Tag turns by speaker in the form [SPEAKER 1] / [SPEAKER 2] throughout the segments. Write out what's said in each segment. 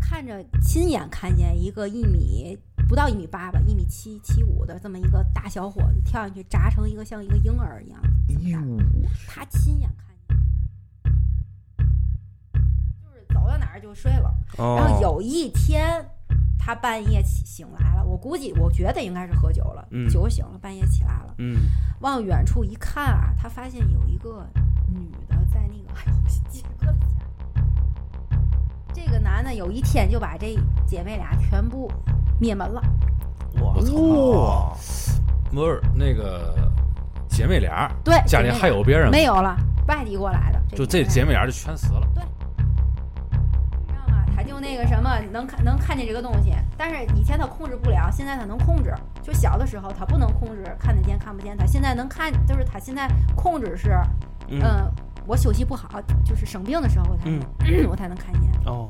[SPEAKER 1] 看着亲眼看见一个一米不到一米八吧，一米七七五的这么一个大小伙子跳上去炸成一个像一个婴儿一样的这么
[SPEAKER 2] 哎
[SPEAKER 1] 大
[SPEAKER 2] 呦，
[SPEAKER 1] 他亲眼看见，就是走到哪儿就睡了。
[SPEAKER 3] 哦
[SPEAKER 1] 然后有一天，他半夜起醒来了，我估计我觉得应该是喝酒了，
[SPEAKER 3] 嗯
[SPEAKER 1] 酒醒了，半夜起来了，
[SPEAKER 3] 嗯，
[SPEAKER 1] 往远处一看啊，他发现有一个女的在那个，哎呦，我鸡皮疙瘩起来了。这个男的有一天就把这姐妹俩全部灭门了，
[SPEAKER 3] 我
[SPEAKER 2] 哇哦
[SPEAKER 3] 操，不是那个姐妹俩儿，
[SPEAKER 1] 对，
[SPEAKER 3] 家里
[SPEAKER 1] 姐妹俩
[SPEAKER 3] 还有别人吗
[SPEAKER 1] 没有了，外地过来的，
[SPEAKER 3] 就这
[SPEAKER 1] 姐
[SPEAKER 3] 姐
[SPEAKER 1] 妹
[SPEAKER 3] 妹俩儿就全死了。
[SPEAKER 1] 俩，你知道吗？他就那个什么能看能看见这个东西，但是以前他控制不了，现在他能控制。就小的时候他不能控制，看得见看不见，他现在能看，就是他现在控制是，
[SPEAKER 3] 嗯
[SPEAKER 1] 呃我休息不好，就是生病的时候我才能、我才能看见。
[SPEAKER 3] 哦，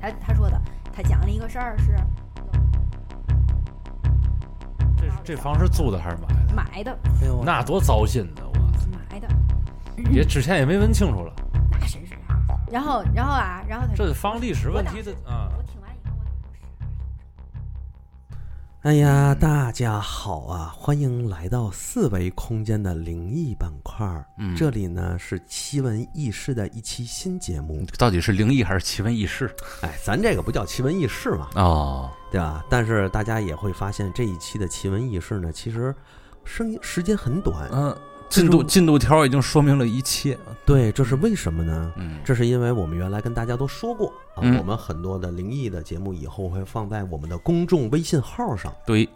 [SPEAKER 1] 他他说的，他讲了一个事儿是
[SPEAKER 3] 这这房是租的还是买的？
[SPEAKER 1] 埋的
[SPEAKER 4] 哎
[SPEAKER 2] 啊
[SPEAKER 4] 呦，
[SPEAKER 3] 那多糟心的，我操
[SPEAKER 1] 埋的，
[SPEAKER 3] 也之前也没问清楚了，
[SPEAKER 1] 那真是啊。然后然后啊，然后他
[SPEAKER 3] 这房历史问题的啊。
[SPEAKER 1] 我听完以后我就是
[SPEAKER 4] 哎呀，大家好啊！欢迎来到四维空间的灵异板块儿。
[SPEAKER 2] 嗯
[SPEAKER 4] 这里呢是奇闻异事的一期新节 目。
[SPEAKER 2] 到底是灵异还是奇闻异事
[SPEAKER 4] 哎，咱这个不叫奇闻异事嘛，
[SPEAKER 2] 哦，
[SPEAKER 4] 对吧？但是大家也会发现，这一期的奇闻异事呢，其实声音时间很短。
[SPEAKER 2] 嗯，进度进度条已经说明了一切。
[SPEAKER 4] 对，这是为什么呢？
[SPEAKER 2] 嗯
[SPEAKER 4] 这是因为我们原来跟大家都说过啊，
[SPEAKER 2] 嗯
[SPEAKER 4] 我们很多的灵异的节目以后会放在我们的公众微信号上。
[SPEAKER 2] 对，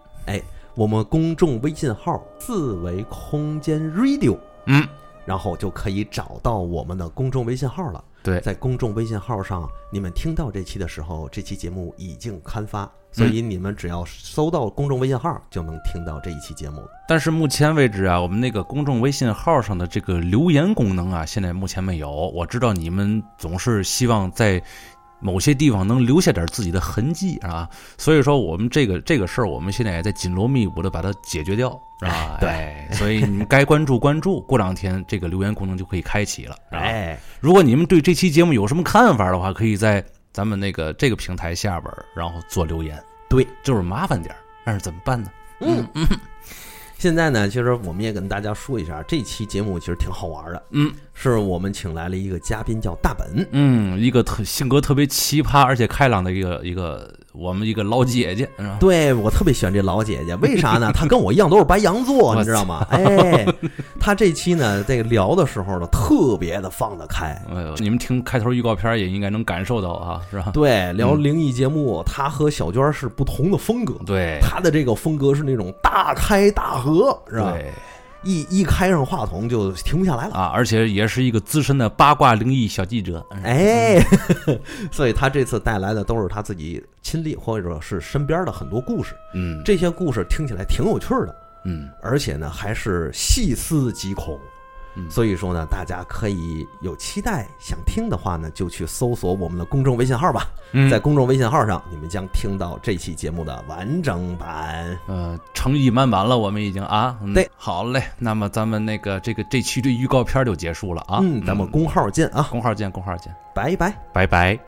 [SPEAKER 4] 我们公众微信号“四维空间 radio”，
[SPEAKER 2] 嗯，
[SPEAKER 4] 然后就可以找到我们的公众微信号了。
[SPEAKER 2] 对
[SPEAKER 4] 在公众微信号上，你们听到这期的时候，这期节目已经刊
[SPEAKER 2] 嗯
[SPEAKER 4] 发，所以你们只要搜到公众微信号，就能听到这一期节目了。
[SPEAKER 2] 但是目前为止啊，我们那个公众微信号上的这个留言功能啊，现在目前没有。我知道你们总是希望在某些地方能留下点自己的痕迹啊，所以说我们这个这个事儿，我们现在也在紧锣密鼓的把它解决掉啊。
[SPEAKER 4] 对
[SPEAKER 2] 哎，所以你们该关注关注，过两天这个留言功能就可以开启了。啊，
[SPEAKER 4] 哎，
[SPEAKER 2] 如果你们对这期节目有什么看法的话，可以在咱们那个这个平台下边儿，然后做留言。
[SPEAKER 4] 对，嗯
[SPEAKER 2] 就是麻烦点儿，但是怎么办呢？
[SPEAKER 4] 现在呢，其实我们也跟大家说一下，这期节目其实挺好玩的。
[SPEAKER 2] 嗯，
[SPEAKER 4] 是我们请来了一个嘉宾叫大本。
[SPEAKER 2] 嗯，一个特性格特别奇葩而且开朗的一个一个我们一个老姐姐，是吧？
[SPEAKER 4] 对我特别喜欢这 老姐姐，为啥呢？她跟我一样都是白羊座，你知道吗？哎，她这期呢，这个聊的时候呢，特别的放得开。
[SPEAKER 2] 哎呦，你们听开头预告片儿也应该能感受到啊，是吧？
[SPEAKER 4] 对，聊灵异节目，她和小娟是不同的风格。
[SPEAKER 2] 对
[SPEAKER 4] 她的这个风格是那种大开大合，是吧？
[SPEAKER 2] 对
[SPEAKER 4] 一一开上话筒就停不下来了。
[SPEAKER 2] 啊，而且也是一个资深的八卦灵异小记者。
[SPEAKER 4] 哎， 所以她这次带来的都是她自己亲历或者是身边的很多故事，
[SPEAKER 2] 嗯
[SPEAKER 4] 这些故事听起来挺有趣儿的。
[SPEAKER 2] 嗯，
[SPEAKER 4] 而且呢还是细思极恐。
[SPEAKER 2] 嗯
[SPEAKER 4] 所以说呢，大家可以有期待，想听的话呢，就去搜索我们的公众微信号吧。
[SPEAKER 2] 嗯
[SPEAKER 4] 在公众微信号上，你们将听到这期节目的完整版。
[SPEAKER 2] 呃，诚意满满了，我们已经啊，嗯
[SPEAKER 4] 对，
[SPEAKER 2] 好嘞，那么咱们那个这个这期的预告片儿就结束了啊，
[SPEAKER 4] 嗯嗯，咱们公号见啊，
[SPEAKER 2] 公号见，公号见，
[SPEAKER 4] 拜拜。
[SPEAKER 2] 拜拜。